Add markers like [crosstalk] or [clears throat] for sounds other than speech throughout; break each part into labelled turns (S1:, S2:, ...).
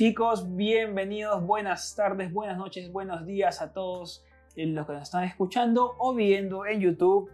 S1: Chicos, bienvenidos, buenas tardes, buenas noches, buenos días a todos eh, los que nos están escuchando o viendo en YouTube,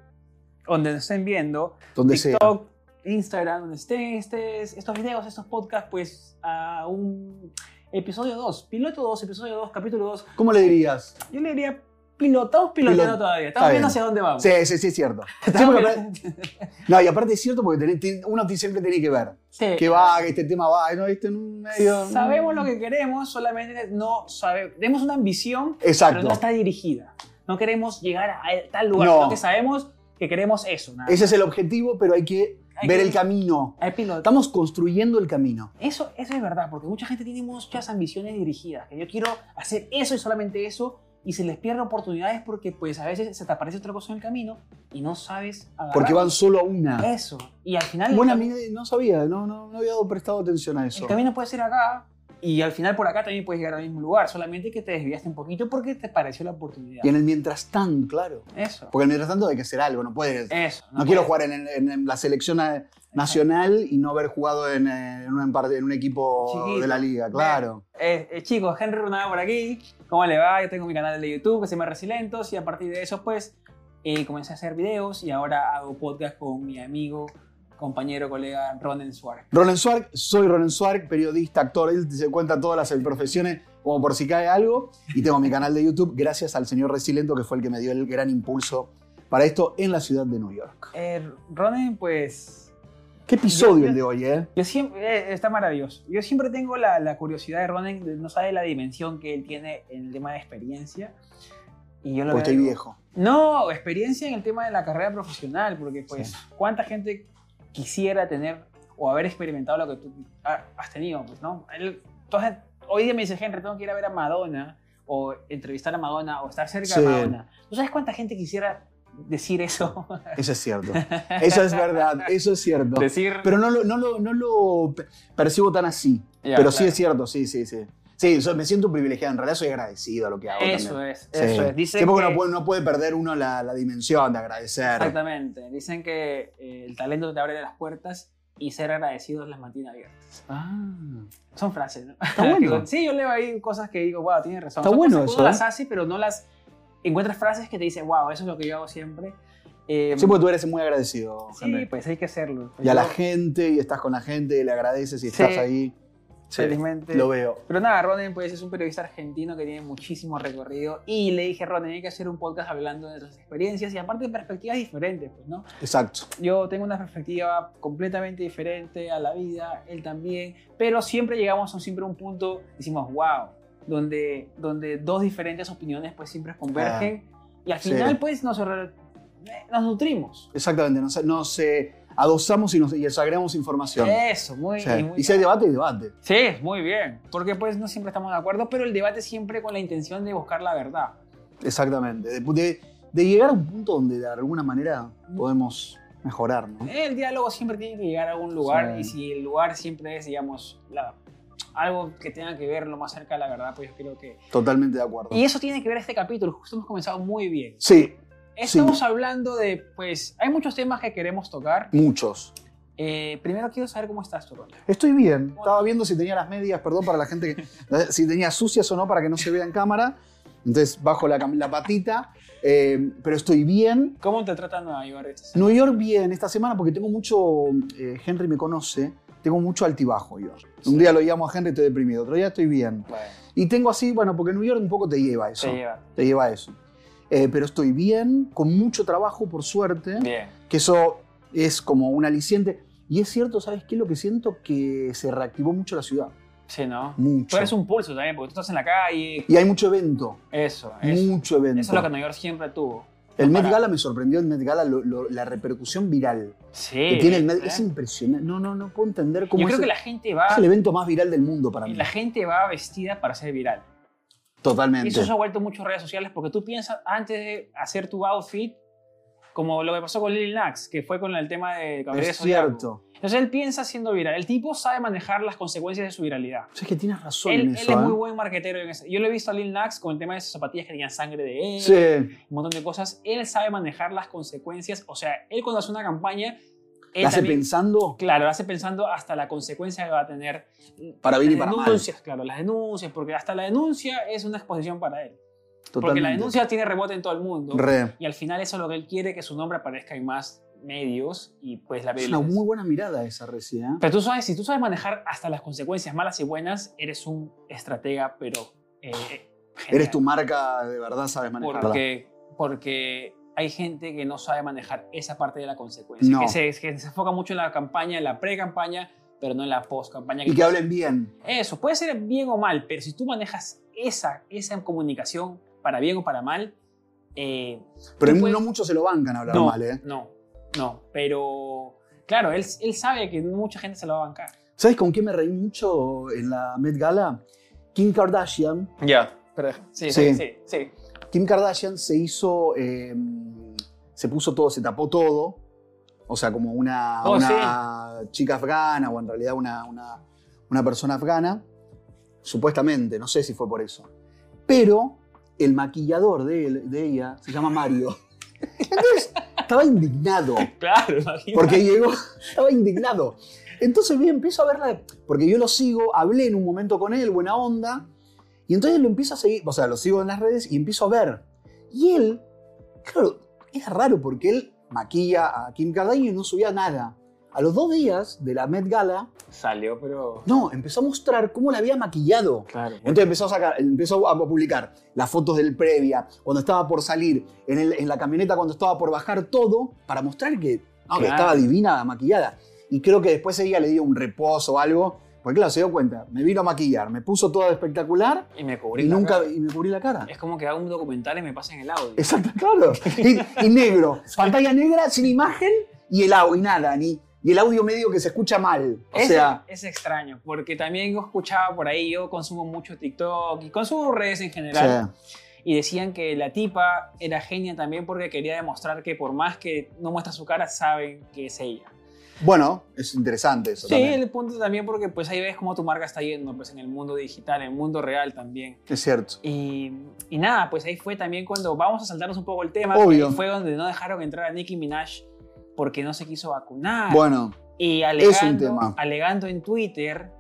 S1: donde nos estén viendo,
S2: Donde sea.
S1: TikTok, Instagram, donde estén estés- estos videos, estos podcasts, pues a un episodio 2, piloto 2, episodio 2, capítulo 2.
S2: ¿Cómo le dirías?
S1: Yo le diría, pilotamos piloteando
S2: Pilot-
S1: todavía,
S2: está
S1: estamos
S2: bien.
S1: viendo hacia dónde vamos.
S2: Sí, sí, sí, es cierto. Sí,
S1: Estamos
S2: porque
S1: viendo-
S2: aparte- no, y aparte es cierto porque tenés- ti- uno ti- siempre tiene que ver.
S1: [laughs] Sí.
S2: Que va, que este tema va, ¿no? Este en un medio.
S1: Sabemos lo que queremos, solamente no sabemos. Tenemos una ambición,
S2: Exacto.
S1: pero no está dirigida. No queremos llegar a tal lugar,
S2: No.
S1: sino que sabemos que queremos eso. nada
S2: Ese es el objetivo, pero hay que
S1: Hay
S2: ver
S1: que-
S2: el camino.
S1: más. Hay piloto.
S2: Estamos construyendo el camino.
S1: Eso, eso es verdad, porque mucha gente tiene muchas ambiciones dirigidas, que yo quiero hacer eso y solamente eso, y se les pierde oportunidades porque pues a veces se te aparece otra cosa en el camino y no sabes agarrar
S2: Porque van solo a una.
S1: eso. Y al final el
S2: Buena
S1: cam-
S2: mina, no sabía, no, no, no había dado prestado atención a eso.
S1: el camino puede ser acá y al final por acá también puedes llegar al mismo lugar, solamente que te desviaste un poquito porque te pareció la oportunidad.
S2: Y en el mientras tan, claro.
S1: Eso.
S2: Porque en el mientras tanto hay que hacer algo, no puedes.
S1: Eso.
S2: No quiero
S1: Eh, puedes.
S2: jugar en, en- en la selección eh, nacional y no haber jugado en, eh, en un, par- en un equipo
S1: Chiquito.
S2: de la liga, claro.
S1: Eh, eh, chicos, Henry Runada por aquí. ¿Cómo le va? Yo tengo mi canal de YouTube que se llama Resilentos y a partir de eso, pues, eh, comencé a hacer videos y ahora hago podcast con mi amigo, compañero, colega Ronen Suárez.
S2: Ronen Suark, soy Ronen Suark, periodista, actor, él se cuenta todas las profesiones como por si cae algo y tengo mi canal de YouTube gracias al señor Resilento que fue el que me dio el gran impulso para esto en la ciudad de New York.
S1: Eh, Ronen, pues,
S2: Qué episodio el de hoy, ¿eh?
S1: yo siempre, eh, está maravilloso. Yo siempre tengo la, la curiosidad de Ronen, de- no sabe la dimensión que él tiene en el tema de experiencia. Y yo lo veo-
S2: Porque Pues estoy viejo.
S1: No, experiencia en el tema de la carrera profesional, porque pues cuánta gente quisiera tener o haber experimentado lo que tú ha- has tenido, pues, ¿no? Él- entonces, hoy día me dice, Henry, tengo que ir a ver a Madonna, o entrevistar a Madonna, o estar cerca
S2: Sí.
S1: de Madonna. ¿Tú sabes cuánta gente quisiera decir eso?
S2: Eso es cierto. Eso es verdad, eso es cierto.
S1: decir...
S2: Pero no lo, no lo, no lo pe- percibo tan así.
S1: Ya,
S2: Pero sí
S1: claro.
S2: es cierto, sí, sí, sí. Sí, so- me siento privilegiado, en realidad soy agradecido a lo que hago.
S1: Eso
S2: también.
S1: es, eso
S2: Sí.
S1: es. Dice
S2: Sí, porque
S1: que-
S2: no, puede, no puede perder uno la, la dimensión de agradecer.
S1: Exactamente. Dicen que eh, el talento te abre las puertas y ser agradecidos las mantiene abiertas.
S2: Ah.
S1: Son frases, ¿no?
S2: Está bueno.
S1: sí, yo leo ahí cosas que digo, wow, tienes razón.
S2: Está
S1: Son
S2: bueno
S1: cosas que
S2: eso,
S1: Uno
S2: ¿eh?
S1: las hace, pero no las... Encuentras frases que te dicen, wow, eso es lo que yo hago siempre. Eh,
S2: Sí, porque tú eres muy agradecido,
S1: sí,
S2: Henry.
S1: pues hay que hacerlo.
S2: Y a la
S1: Yo,
S2: gente, y estás con la gente, y le agradeces y
S1: Sí.
S2: estás ahí. Sí,
S1: Felizmente.
S2: Lo veo.
S1: Pero nada, Ronen pues es un periodista argentino que tiene muchísimo recorrido y le dije, Ronen, hay que hacer un podcast hablando de nuestras experiencias y aparte de perspectivas diferentes, pues, ¿no?
S2: Exacto.
S1: Yo tengo una perspectiva completamente diferente a la vida, él también, pero siempre llegamos a un- siempre a un punto, decimos, wow, donde, donde dos diferentes opiniones pues siempre convergen y al
S2: Ah, sí.
S1: final pues nos, re- nos nutrimos.
S2: Exactamente. Nos, nos eh, adosamos y nos y agregamos información.
S1: Eso, muy,
S2: Sí.
S1: y muy
S2: Y si hay
S1: bien.
S2: debate, hay debate.
S1: Sí, muy bien, porque pues no siempre estamos de acuerdo, pero el debate siempre con la intención de buscar la verdad.
S2: Exactamente. De, de- de llegar a un punto donde de alguna manera podemos mejorar, ¿no?
S1: El diálogo siempre tiene que llegar a algún lugar
S2: Sí.
S1: y si el lugar siempre es, digamos, la- algo que tenga que ver lo más cerca de la verdad, pues yo creo que
S2: Totalmente de acuerdo.
S1: Y eso tiene que ver este capítulo, justo hemos comenzado muy bien.
S2: Sí,
S1: Estamos hablando de, pues, hay muchos temas que queremos tocar.
S2: muchos.
S1: Eh, primero quiero saber cómo estás, Turón.
S2: Estoy bien. Estaba viendo si tenía las medias, perdón para la gente, que, eh, si tenía sucias o no para que no se vea en cámara. Entonces bajo la, cam- la patita, eh, pero estoy bien.
S1: ¿Cómo te trata Nueva York? Este esta semana?
S2: New York bien esta semana porque tengo mucho, eh, Henry me conoce, tengo mucho altibajo yo. Un día lo llamo a Henry estoy deprimido, otro día estoy bien.
S1: Bueno,
S2: Y tengo así, bueno, porque New York un poco te lleva a Mm. eso.
S1: se lleva.
S2: Te lleva a eso. Eh, pero estoy bien, con mucho trabajo por suerte
S1: Bien.
S2: que eso es como un aliciente. Y es cierto, ¿sabes qué? Lo que siento que se reactivó mucho la ciudad.
S1: Sí, ¿no? Tú
S2: Mucho.
S1: eres un pulso también, porque tú estás en la calle.
S2: Y hay mucho evento.
S1: Eso, eso.
S2: Mucho evento.
S1: Eso es lo que Nueva York siempre tuvo.
S2: El Met
S1: Para-
S2: Gala me sorprendió, el Met Gala, lo- lo- la repercusión viral
S1: Sí.
S2: que tiene el Met
S1: ¿eh?
S2: Es impresionante. No, no, no puedo entender
S1: Yo
S2: cómo
S1: creo
S2: es,
S1: que
S2: el,
S1: la gente va...
S2: es el evento más viral del mundo para
S1: y
S2: mí.
S1: La gente va vestida para ser viral. Y
S2: Totalmente.
S1: Eso se ha vuelto mucho en redes sociales porque tú piensas antes de hacer tu outfit, como lo que pasó con Lil Nax, que fue con el tema de Caballero
S2: es cierto.
S1: Entonces él piensa siendo viral. El tipo sabe manejar las consecuencias de su viralidad.
S2: O sea, es que tienes razón
S1: Él,
S2: en
S1: él
S2: eso.
S1: es
S2: ¿eh?
S1: muy buen marquetero. en eso. Yo lo he visto a Lil Nax con el tema de sus zapatillas que tenían sangre de él,
S2: Sí.
S1: un montón de cosas. Él sabe manejar las consecuencias. O sea, él cuando hace una campaña, él
S2: ¿La hace
S1: también-
S2: pensando?
S1: Claro, lo hace pensando hasta la consecuencia que va a tener.
S2: Para bien y
S1: Las
S2: para mal.
S1: denuncias, claro, las denuncias, porque hasta la denuncia es una exposición para él. Porque la
S2: Totalmente.
S1: denuncia tiene rebote en todo el mundo.
S2: Re.
S1: y al final eso es lo que él quiere, que su nombre aparezca en más medios y pues la
S2: Es una
S1: violencia.
S2: muy buena mirada esa Resi, ¿eh?
S1: Pero tú sabes, si tú sabes manejar hasta las consecuencias malas y buenas, eres un estratega, pero... eh, genial.
S2: Eres tu marca, de verdad sabes manejarla.
S1: Porque, porque hay gente que no sabe manejar esa parte de la consecuencia.
S2: No.
S1: Que, se, que se enfoca mucho en la campaña, en la pre-campaña, pero no en la post-campaña.
S2: Y que hablen bien.
S1: Eso, puede ser bien o mal, pero si tú manejas esa, esa comunicación para bien o para mal, eh,
S2: Pero
S1: Tú puedes-
S2: no muchos se lo bancan a hablar
S1: no,
S2: mal, ¿eh?
S1: no, no, pero claro, él, él sabe que mucha gente se lo va a bancar.
S2: ¿Sabes con quién me reí mucho en la Met Gala? Kim Kardashian.
S1: Ya, Sí,
S2: Sí.
S1: sí, sí, sí.
S2: Kim Kardashian se hizo. eh, se puso todo, se tapó todo. O sea, como una,
S1: Oh,
S2: una chica afgana o en realidad una, una- una persona afgana. Supuestamente, no sé si fue por eso. Pero el maquillador de, él- de ella se llama Mario. Entonces, estaba indignado.
S1: Claro, imagínate.
S2: Porque llegó, estaba indignado. Entonces bien, empiezo a verla, porque yo lo sigo, hablé en un momento con él, buena onda, y entonces lo empiezo a seguir, o sea, lo sigo en las redes y empiezo a ver. Y él, claro, era raro porque él maquilla a Kim Kardashian y no subía nada. A los dos días de la Met Gala,
S1: salió, pero...
S2: no, empezó a mostrar cómo la había maquillado.
S1: Claro.
S2: Entonces empezó a, sacar, empezó a publicar las fotos del previa, cuando estaba por salir, en, el- en la camioneta cuando estaba por bajar todo, para mostrar que, no,
S1: Claro.
S2: que estaba divina, maquillada. Y creo que después ella le dio un reposo o algo, porque claro, se dio cuenta, me vino a maquillar, me puso toda espectacular
S1: Y me
S2: y
S1: cubrí. la
S2: nunca
S1: cara.
S2: y me cubrí la cara.
S1: Es como que hago un documental y me pasan el audio.
S2: Exacto, claro. Y, y negro, pantalla negra, sin imagen y el audio, y nada, ni, y el audio medio que se escucha mal. O
S1: Es-
S2: sea,
S1: es extraño, porque también yo escuchaba por ahí, yo consumo mucho TikTok y consumo redes en
S2: o
S1: general,
S2: sea,
S1: y decían que la tipa era genia también porque quería demostrar que por más que no muestra su cara, saben que es ella.
S2: bueno, es interesante eso
S1: Sí,
S2: también.
S1: el punto también porque pues ahí ves cómo tu marca está yendo pues en el mundo digital, en el mundo real también.
S2: Es cierto.
S1: Y, y nada, pues ahí fue también cuando vamos a saltarnos un poco el tema,
S2: Obvio.
S1: que fue donde no dejaron entrar a Nicki Minaj porque no se quiso vacunar.
S2: Bueno,
S1: Y alegando,
S2: tema.
S1: alegando en Twitter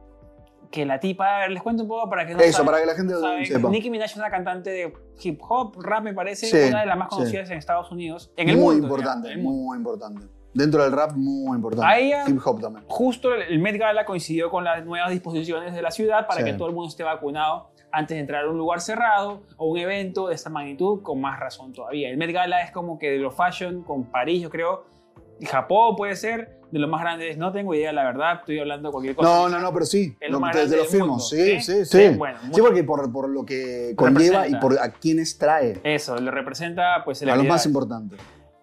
S1: que la tipa, a ver, les cuento un poco para que no
S2: eso,
S1: saben-
S2: para que la gente
S1: saben,
S2: sepa.
S1: Nicki Minaj es una cantante de hip hop, rap me parece,
S2: Sí,
S1: una de las más
S2: sí.
S1: conocidas en Estados Unidos, en el
S2: muy
S1: mundo.
S2: importante,
S1: digamos, en el mundo.
S2: muy importante. Dentro del rap, muy importante.
S1: A ella-
S2: Hip hop también.
S1: Justo el- el Met Gala coincidió con las nuevas disposiciones de la ciudad para
S2: Sí.
S1: que todo el mundo esté vacunado antes de entrar a un lugar cerrado o un evento de esta magnitud con más razón todavía. El Met Gala es como que de lo fashion con París, yo creo, y Japón puede ser, de los más grandes, no tengo idea, la verdad, estoy hablando cualquier cosa.
S2: No, no, no, pero sí.
S1: Es
S2: lo-
S1: lo más
S2: te, te
S1: grande
S2: lo
S1: del
S2: firmo.
S1: mundo,
S2: sí,
S1: ¿sí?
S2: sí, sí.
S1: Sí,
S2: Sí,
S1: bueno, muy-
S2: porque por, por lo que conlleva
S1: Representa.
S2: y por a quienes trae.
S1: Eso, le representa pues el
S2: A lo más importante.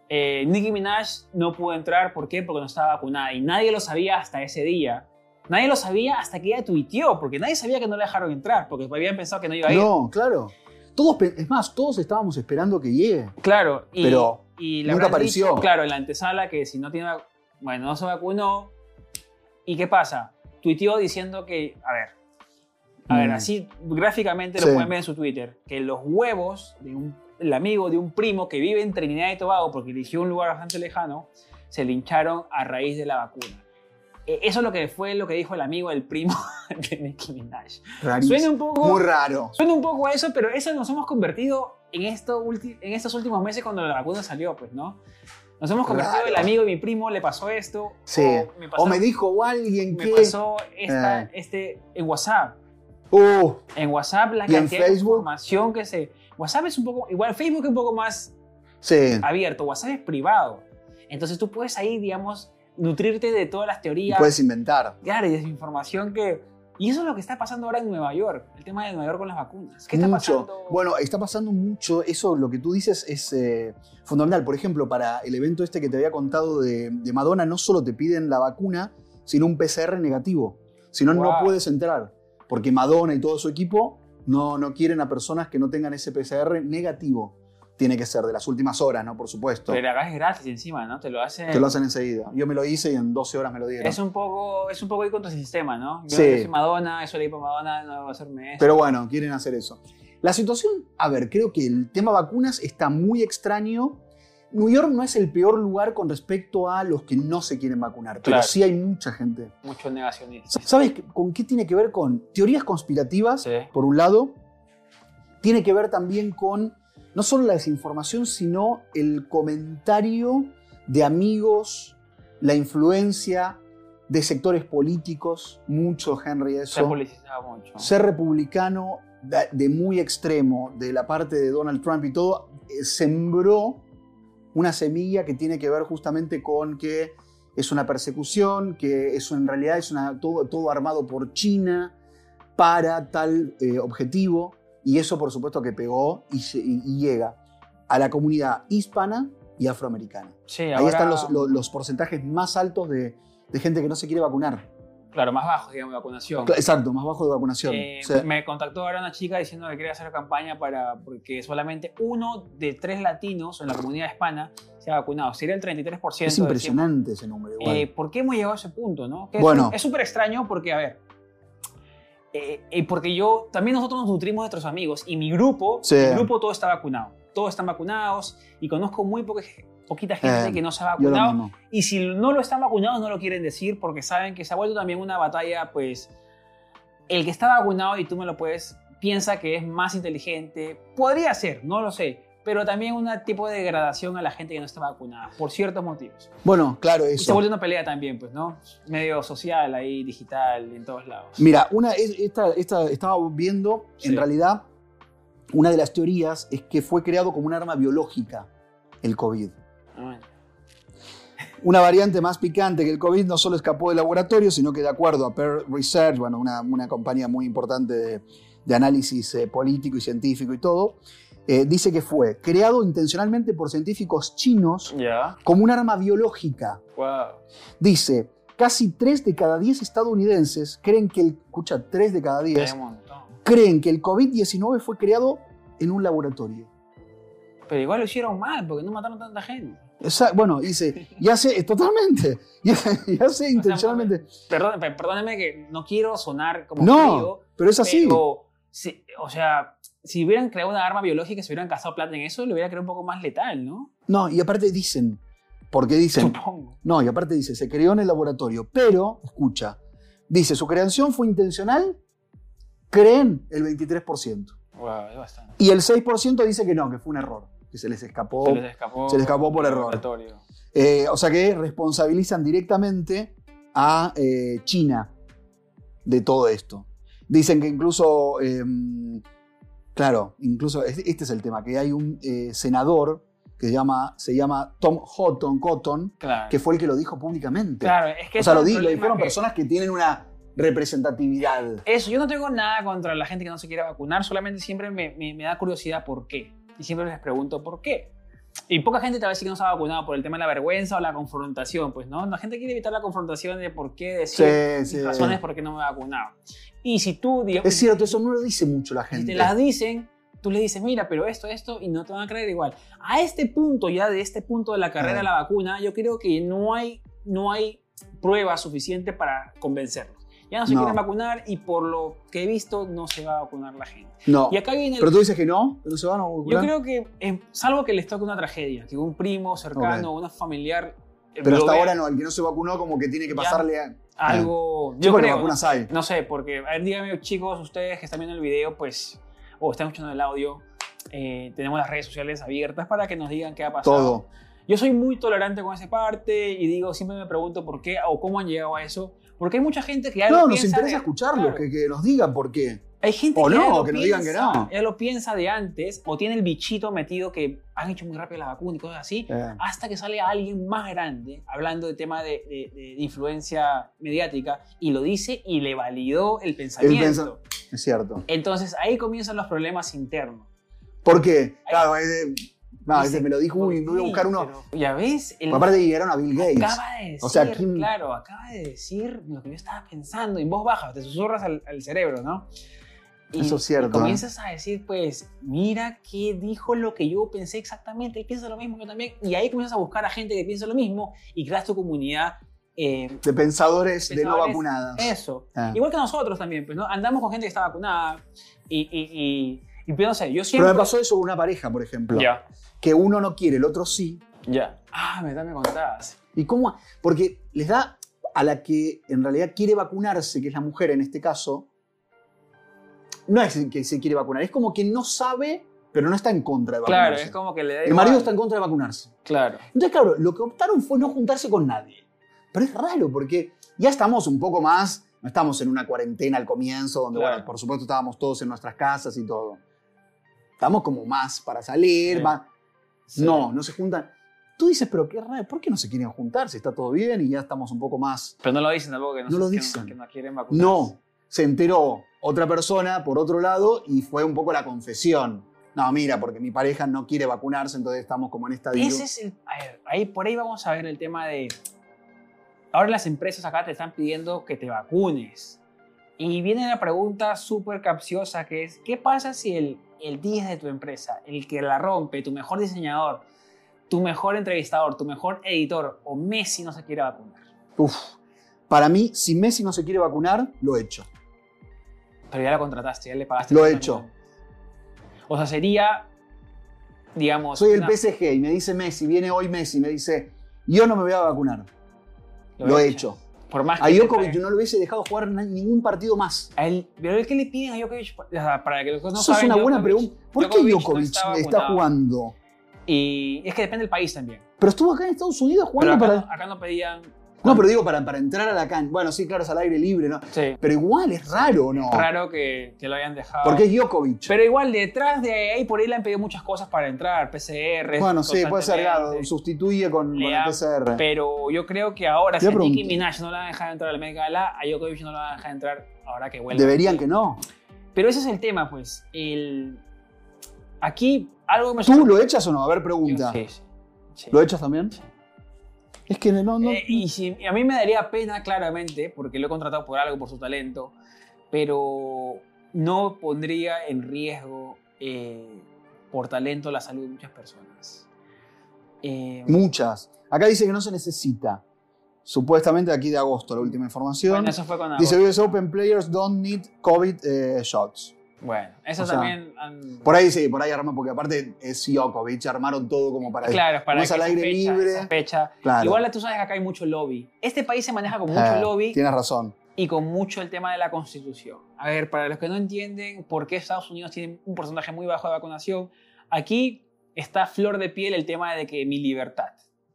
S1: eh, Nicki Minaj no pudo entrar, ¿por qué? Porque no estaba vacunada y nadie lo sabía hasta ese día. Nadie lo sabía hasta que ella tuiteó, porque nadie sabía que no la dejaron entrar, porque habían pensado que no iba a ir.
S2: No, claro. Todos, pe- es más, todos estábamos esperando que llegue.
S1: Claro, y,
S2: Pero
S1: y
S2: nunca
S1: habrán
S2: apareció.
S1: dicho, claro, en la antesala que si no tiene, vac- bueno, no se vacunó. ¿Y qué pasa? Tuiteó diciendo que, a ver, a ver,
S2: Mm.
S1: así gráficamente
S2: Sí.
S1: lo pueden ver en su Twitter, que los huevos de un el amigo de un primo que vive en Trinidad y Tobago porque eligió un lugar bastante lejano, se lincharon a raíz de la vacuna. Eh, Eso es lo que fue lo que dijo el amigo del primo [laughs] de Nicki Minaj.
S2: Rarísimo.
S1: Suena un poco
S2: Muy raro.
S1: Suena un poco a eso, pero eso nos hemos convertido en, esto ulti- en estos últimos meses cuando la vacuna salió, pues, ¿no? Nos hemos convertido
S2: Claro.
S1: el amigo de mi primo, le pasó esto.
S2: Sí.
S1: O Oh, me pasó,
S2: o me dijo alguien
S1: me
S2: que.
S1: pasó esta-
S2: Eh.
S1: este, en WhatsApp.
S2: Uh,
S1: En WhatsApp la
S2: ¿Y en
S1: cantidad de
S2: Facebook?
S1: información que se... WhatsApp es un poco... Igual Facebook es un poco más
S2: sí.
S1: abierto, WhatsApp es privado. Entonces tú puedes ahí, digamos, nutrirte de todas las teorías.
S2: Puedes inventar.
S1: Claro, y desinformación que... Y eso es lo que está pasando ahora en Nueva York, el tema de Nueva York con las vacunas. ¿Qué está
S2: mucho.
S1: pasando?
S2: Bueno, está pasando mucho. Eso, lo que tú dices es eh, fundamental. Por ejemplo, para el evento este que te había contado de, de Madonna, no solo te piden la vacuna, sino un PCR negativo. Si no, no
S1: Wow.
S2: puedes entrar. Porque Madonna y todo su equipo no, no quieren a personas que no tengan ese PCR negativo. Tiene que ser de las últimas horas, ¿no? Por supuesto.
S1: Pero acá es gratis encima, ¿no? Te lo hacen.
S2: Te lo hacen enseguida. Yo me lo hice y en 12 horas me lo dieron.
S1: Es un poco, es un poco ir contra el sistema, ¿no? Yo
S2: Sí.
S1: no soy Madonna, eso le digo a Madonna, no va a hacerme eso.
S2: Pero bueno, quieren hacer eso. La situación, a ver, creo que el tema vacunas está muy extraño. New York no es el peor lugar con respecto a los que no se quieren vacunar, pero
S1: Claro.
S2: sí hay mucha gente.
S1: Mucho negacionismo.
S2: ¿Sabes con qué tiene que ver con teorías conspirativas?
S1: Sí.
S2: Por un lado, tiene que ver también con no solo la desinformación, sino el comentario de amigos, la influencia de sectores políticos, mucho Henry
S1: Se
S2: eso.
S1: ha politizado mucho.
S2: Ser republicano de, de muy extremo, de la parte de Donald Trump y todo, eh, sembró una semilla que tiene que ver justamente con que es una persecución, que eso en realidad es una, todo, todo armado por China para tal eh, objetivo, y eso por supuesto que pegó y, se- y- y llega a la comunidad hispana y afroamericana.
S1: Sí,
S2: Ahí
S1: ahora-
S2: están los, los- los porcentajes más altos de, de gente que no se quiere vacunar.
S1: Claro, más bajos, digamos, de vacunación.
S2: Exacto, más bajo de vacunación.
S1: Eh,
S2: O sea,
S1: Me contactó ahora una chica diciendo que quería hacer campaña para porque solamente uno de tres latinos en la comunidad hispana se ha vacunado. Sería el 33%.
S2: Es
S1: del
S2: impresionante ese número.
S1: tiempo.
S2: Igual.
S1: Eh, ¿Por qué hemos llegado a ese punto? No? Que es-
S2: Bueno.
S1: Es súper extraño porque, a ver, eh, eh, porque yo, también nosotros nos nutrimos de nuestros amigos y mi grupo,
S2: Sí.
S1: mi grupo todo está vacunado. Todos están vacunados y conozco muy poca, poquita gente
S2: Eh,
S1: que no se ha
S2: Yo lo
S1: vacunado.
S2: mismo.
S1: Y si no lo están vacunados, no lo quieren decir porque saben que se ha vuelto también una batalla, pues el que está vacunado, y tú me lo puedes, piensa que es más inteligente. Podría ser, no lo sé. Pero también un tipo de degradación a la gente que no está vacunada, por ciertos motivos.
S2: Bueno, claro,
S1: Y se
S2: eso.
S1: vuelve una pelea también, pues, ¿no? Medio social ahí, digital, en todos lados.
S2: Mira, una, es- esta, esta- estaba viendo,
S1: Sí.
S2: en realidad, una de las teorías es que fue creado como un arma biológica el COVID.
S1: Ah, Bueno,
S2: Una variante más picante que el COVID no solo escapó del laboratorio, sino que de acuerdo a Peer Research, bueno, una, una compañía muy importante de, de análisis eh, político y científico y todo, eh, dice que fue creado intencionalmente por científicos chinos
S1: Ya.
S2: como un arma biológica.
S1: Wow.
S2: Dice, casi 3 de cada 10 estadounidenses creen que el... Escucha, 3 de cada 10
S1: Hay un montón.
S2: creen que el COVID-19 fue creado en un laboratorio.
S1: Pero igual lo hicieron mal porque no mataron tanta gente.
S2: Esa- bueno, dice, ya sé, [laughs] totalmente, ya, ya
S1: [laughs]
S2: sé intencionalmente.
S1: Perdón, pe- perdóname que no quiero sonar como frío,
S2: No, pero es así.
S1: Pero, si- o sea, si hubieran creado una arma biológica y se hubieran gastado plata en eso, lo hubiera creado un poco más letal, ¿no?
S2: No, y aparte dicen, porque dicen,
S1: Supongo.
S2: no, y aparte dice, se creó en el laboratorio, pero, escucha, dice, su creación fue intencional, creen el 23%.
S1: Wow, es bastante.
S2: Y el 6% dice que no, que fue un error, que se les escapó.
S1: se les escapó.
S2: Oh. se les escapó por
S1: el
S2: error.
S1: laboratorio.
S2: Eh, o sea que responsabilizan directamente a eh, China de todo esto. Dicen que incluso, eh, claro, incluso este este es el tema, que hay un eh, senador que se llama, se llama Tom Houghton, Cotton,
S1: Claro.
S2: que fue el que lo dijo públicamente.
S1: claro, es que
S2: o
S1: ese
S2: sea,
S1: es el
S2: lo, di- lo
S1: problema
S2: dijeron
S1: que-
S2: personas que tienen una representatividad.
S1: Eso, yo no tengo nada contra la gente que no se quiera vacunar, solamente siempre me, me- me da curiosidad por qué. Y siempre les pregunto por qué. Y poca gente tal vez sí que no se ha vacunado por el tema de la vergüenza o la confrontación, pues no, la gente quiere evitar la confrontación de por qué decir
S2: Sí,
S1: mis
S2: sí.
S1: razones por qué no me he vacunado. Y si tú, digamos,
S2: Es cierto, eso no lo dice mucho la
S1: Si
S2: gente.
S1: te las dicen, tú le dices, mira, pero esto, esto, y no te van a creer igual. A este punto ya, de este punto de la carrera de la vacuna, yo creo que no hay, no hay prueba suficiente para convencerlos. Ya no se
S2: No.
S1: quieren vacunar y por lo que he visto no se va a vacunar la gente.
S2: No.
S1: Y acá viene el...
S2: Pero tú dices que no, que no se van a
S1: yo
S2: vacunar.
S1: creo que, eh, salvo que les toque una tragedia, que un primo cercano, una familiar... eh,
S2: Pero
S1: lo
S2: hasta
S1: vea,
S2: ahora no, el que no se vacunó como que tiene que
S1: Ya.
S2: pasarle a...
S1: Algo...
S2: Sí,
S1: Yo
S2: porque
S1: creo, ¿no?
S2: vacunas hay.
S1: No sé, porque, a ver, díganme, chicos, ustedes que están viendo el video, pues, o están escuchando el audio, eh, tenemos las redes sociales abiertas para que nos digan qué ha pasado.
S2: Todo.
S1: Yo soy muy tolerante con esa parte y digo, siempre me pregunto por qué o cómo han llegado a eso. Porque hay mucha gente que ya
S2: No,
S1: lo
S2: nos
S1: piensa
S2: interesa
S1: de-
S2: escucharlos,
S1: claro.
S2: que, que nos digan por qué.
S1: Hay gente
S2: o
S1: que, ya
S2: no,
S1: lo
S2: que nos
S1: piensa,
S2: digan que no.
S1: Ya lo piensa de antes o tiene el bichito metido que han hecho muy rápido la vacuna y cosas así.
S2: Eh,
S1: Hasta que sale alguien más grande hablando de tema de, de- de influencia mediática y lo dice y le validó el pensamiento.
S2: es cierto.
S1: Entonces ahí comienzan los problemas internos.
S2: ¿Por qué? Claro, es de- no, es de- me lo dijo, uy,
S1: ¿Por
S2: me voy a
S1: qué?
S2: buscar uno.
S1: Pero, ya ves, el-
S2: Aparte llegaron a Bill Gates.
S1: acaba de decir,
S2: O sea, ¿quién-
S1: claro, acaba de decir lo que yo estaba pensando en voz baja, te susurras al, al cerebro, ¿no? Y,
S2: Eso es cierto, ¿eh?
S1: y comienzas a decir, pues, mira que dijo lo que yo pensé exactamente, él piensa lo mismo, yo también. Y ahí comienzas a buscar a gente que piensa lo mismo y creas tu comunidad. eh,
S2: De pensadores, de no
S1: Pensadores,
S2: vacunadas.
S1: Eso.
S2: Ah.
S1: Igual que nosotros también, pues, ¿no? Andamos con gente que está vacunada y, y, y, y, pues, no sé, yo
S2: Pero
S1: siempre...
S2: me pasó eso con una pareja, por ejemplo.
S1: Ya.
S2: Que uno no quiere, el otro sí.
S3: Ya.
S1: Ah, me me contabas.
S2: ¿Y cómo? Porque les da a la que en realidad quiere vacunarse, que es la mujer en este caso, no es que se quiere vacunar, es como que no sabe, pero no está en contra de vacunarse.
S1: Claro, es como que le da
S3: Eh,
S2: El
S1: igual.
S3: ah.
S2: marido está en contra de vacunarse.
S1: Claro.
S2: Entonces, claro, lo que optaron fue no juntarse con nadie. Pero es raro porque ya estamos un poco más, no estamos en una cuarentena al comienzo, donde,
S3: Claro.
S2: bueno, por supuesto estábamos todos en nuestras casas y todo. Estamos como más para salir,
S3: Sí.
S2: más...
S3: Sí.
S2: No, no se juntan. Tú dices, pero qué raro, ¿por qué no se quieren juntar si está todo bien y ya estamos un poco más...
S1: Pero no lo dicen tampoco, que no,
S2: No lo
S1: que
S2: dicen.
S1: Que no quieren vacunarse.
S2: No, se enteró otra persona por otro lado y fue un poco la confesión. No, mira, porque mi pareja no quiere vacunarse, entonces estamos como en esta...
S1: Ese es el. A ver, ahí, por ahí vamos a ver el tema de. Ahora las empresas acá te están pidiendo que te vacunes. Y viene la pregunta súper capciosa que es: ¿qué pasa si el, el 10 de tu empresa, el que la rompe, tu mejor diseñador, tu mejor entrevistador, tu mejor editor o Messi no se quiere vacunar?
S2: Uf. Para mí, si Messi no se quiere vacunar, lo hecho.
S1: Pero ya la contrataste, ya le pagaste.
S2: Lo he
S1: el
S2: hecho.
S1: millón. O sea, sería. Digamos.
S2: Soy el
S1: una-
S2: PSG y me dice Messi, viene hoy Messi, me dice, yo no me voy a vacunar. Lo, he hecho.
S1: [laughs] Por más que
S2: A
S1: te
S2: Djokovic
S1: paguen.
S2: yo no lo hubiese dejado jugar na- ningún partido más.
S1: A él, pero ¿qué le piden a Djokovic? O sea, para que los no
S2: Eso es
S1: saben,
S2: una buena
S1: Djokovic-
S2: pregunta. ¿Por qué
S1: no
S2: Djokovic
S1: está
S2: está,
S1: vacunado.
S2: jugando?
S1: Y es que depende del país también.
S2: Pero estuvo acá en Estados Unidos
S1: Pero
S2: jugando
S1: acá,
S2: para...
S1: no- acá no pedían.
S2: No, pero digo, para, para entrar a la cancha. Bueno, sí, claro, es al aire libre, ¿no?
S1: Sí,
S2: Pero igual es raro, ¿no?
S1: raro que, que lo hayan dejado.
S2: Porque es Djokovic.
S1: Pero igual, detrás de ahí por ahí le han pedido muchas cosas para entrar, PCR.
S2: bueno, sí, puede ser, claro,
S1: constantemente.
S2: sustituye con, con
S1: Le
S2: el
S1: da-
S2: PCR.
S1: Pero yo creo que ahora, si
S2: Te
S1: a
S2: voy a
S1: Nicki
S2: preguntar.
S1: Minaj no la van a dejar entrar al Met Gala, a Djokovic no la van a dejar entrar ahora que vuelva.
S2: Deberían que no.
S1: Pero ese es el tema, pues. El... Aquí algo que me
S2: ¿Tú
S1: sorprendió-
S2: lo echas o no? A ver, pregunta.
S1: Sí, sí, sí.
S2: ¿Lo echas también? Es que no, no.
S1: Eh, y, si- y a mí me daría pena, claramente, porque lo he contratado por algo, por su talento, pero no pondría en riesgo eh, por talento la salud de muchas personas. Eh,
S2: Muchas. Acá dice que no se necesita. Supuestamente de aquí de agosto, la última información.
S1: bueno, eso fue con
S2: dice,
S1: algo.
S2: US Open players don't need COVID eh, shots.
S1: Bueno, eso
S2: o sea,
S1: también. han-
S2: Por ahí sí, por ahí arman, porque aparte es Djokovic, armaron todo como para...
S1: claro, para
S2: vamos
S1: que
S2: al
S1: esa
S2: aire
S1: fecha-
S2: libre.
S1: esa fecha.
S2: Claro.
S1: Igual tú sabes que acá hay mucho lobby. Este país se maneja con mucho
S2: Eh,
S1: lobby.
S2: Tienes razón.
S1: y con mucho el tema de la constitución. A ver, para los que no entienden por qué Estados Unidos tiene un porcentaje muy bajo de vacunación, aquí está flor de piel el tema de que mi libertad.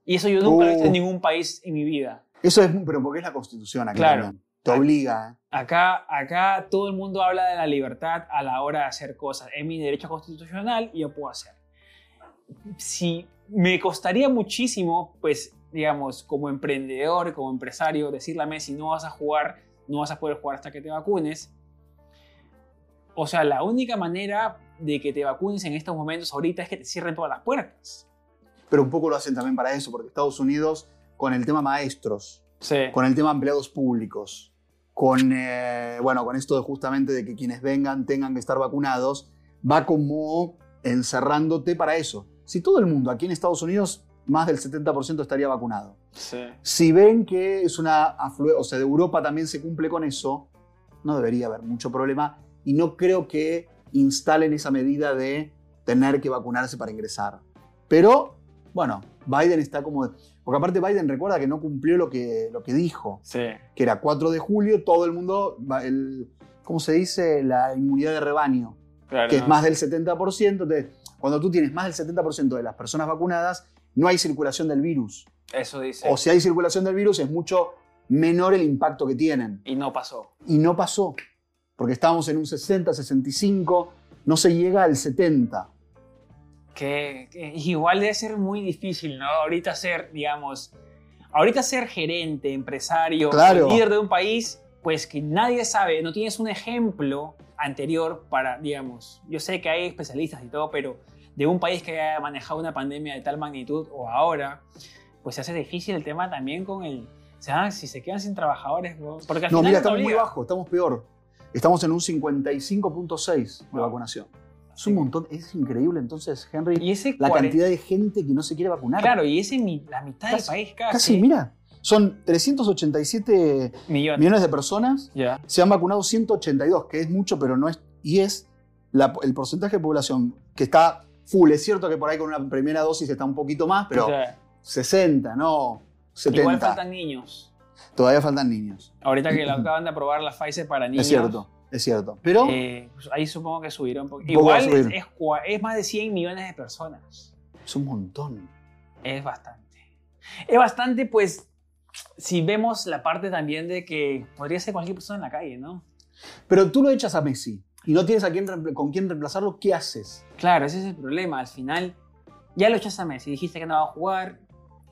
S1: Y eso yo nunca lo he visto en
S2: Uh.
S1: ningún país en mi vida.
S2: Eso es, pero porque es la constitución aquí
S1: Claro.
S2: también. Te obliga. ¿eh?
S1: Acá, acá todo el mundo habla de la libertad a la hora de hacer cosas. Es mi derecho constitucional y yo puedo hacer. Si me costaría muchísimo, pues, digamos, como emprendedor, como empresario, decirle a Messi, no vas a jugar, no vas a poder jugar hasta que te vacunes. O sea, la única manera de que te vacunes en estos momentos ahorita es que te cierren todas las puertas.
S2: Pero un poco lo hacen también para eso, porque Estados Unidos, con el tema maestros,
S1: Sí.
S2: con el tema empleados públicos, con, eh, bueno, con esto de justamente de que quienes vengan tengan que estar vacunados, va como encerrándote para eso. Si todo el mundo aquí en Estados Unidos, más del 70% estaría vacunado.
S3: Sí.
S2: Si ven que es una aflue- o sea, de Europa también se cumple con eso, no debería haber mucho problema y no creo que instalen esa medida de tener que vacunarse para ingresar. Pero, bueno, Biden está como... Porque aparte Biden recuerda que no cumplió lo que, lo que dijo,
S3: Sí.
S2: que era 4 de julio, todo el mundo, va- el, ¿cómo se dice? La inmunidad de rebaño
S3: Claro.
S2: que es más del 70%. Entonces, cuando tú tienes más del 70% de las personas vacunadas, no hay circulación del virus.
S1: Eso dice.
S2: O si hay circulación del virus, es mucho menor el impacto que tienen.
S1: y no pasó.
S2: Y no pasó, porque estábamos en un 60, 65, no se llega al 70.
S1: que, que igual debe ser muy difícil, ¿no? Ahorita ser, digamos, ahorita ser gerente, empresario,
S2: Claro.
S1: líder de un país, pues que nadie sabe, no tienes un ejemplo anterior para, digamos, yo sé que hay especialistas y todo, pero de un país que haya manejado una pandemia de tal magnitud o ahora, pues se hace difícil el tema también con el, o sea, si se quedan sin trabajadores, ¿no? porque al
S2: No,
S1: final
S2: mira,
S1: te
S2: estamos muy
S1: obliga.
S2: bajo, estamos peor. Estamos en un 55.6 de
S1: Wow.
S2: vacunación. Es un montón, es increíble entonces, Henry,
S1: Y ese
S2: la
S1: cuaren-
S2: cantidad de gente que no se quiere vacunar.
S1: Claro, y ese mi- la mitad
S2: Casi-
S1: del país
S2: Casi,
S1: casi,
S2: mira, son 387
S1: millones.
S2: millones de personas,
S1: Ya.
S2: se han vacunado 182, que es mucho, pero no es. Y es la- el porcentaje de población que está full. Es cierto que por ahí con una primera dosis está un poquito más, pero
S1: O sea,
S2: 60, no, 70.
S1: igual faltan niños.
S2: Todavía faltan niños.
S1: Ahorita
S2: [clears throat]
S1: que la acaban de aprobar la Pfizer para niños.
S2: Es cierto, es cierto. Pero
S1: eh, pues ahí supongo que subirá un poco.
S2: Un poco va a
S1: Igual es,
S2: subir.
S1: es cua- es más de 100 millones de personas.
S2: es un montón.
S1: Es bastante. Es bastante, pues, si vemos la parte también de que podría ser cualquier persona en la calle, ¿no?
S2: Pero tú lo echas a Messi y no tienes a quién reempla- con quién reemplazarlo, ¿qué haces?
S1: Claro, ese es el problema. Al final, ya lo echaste a Messi, dijiste que no va a jugar,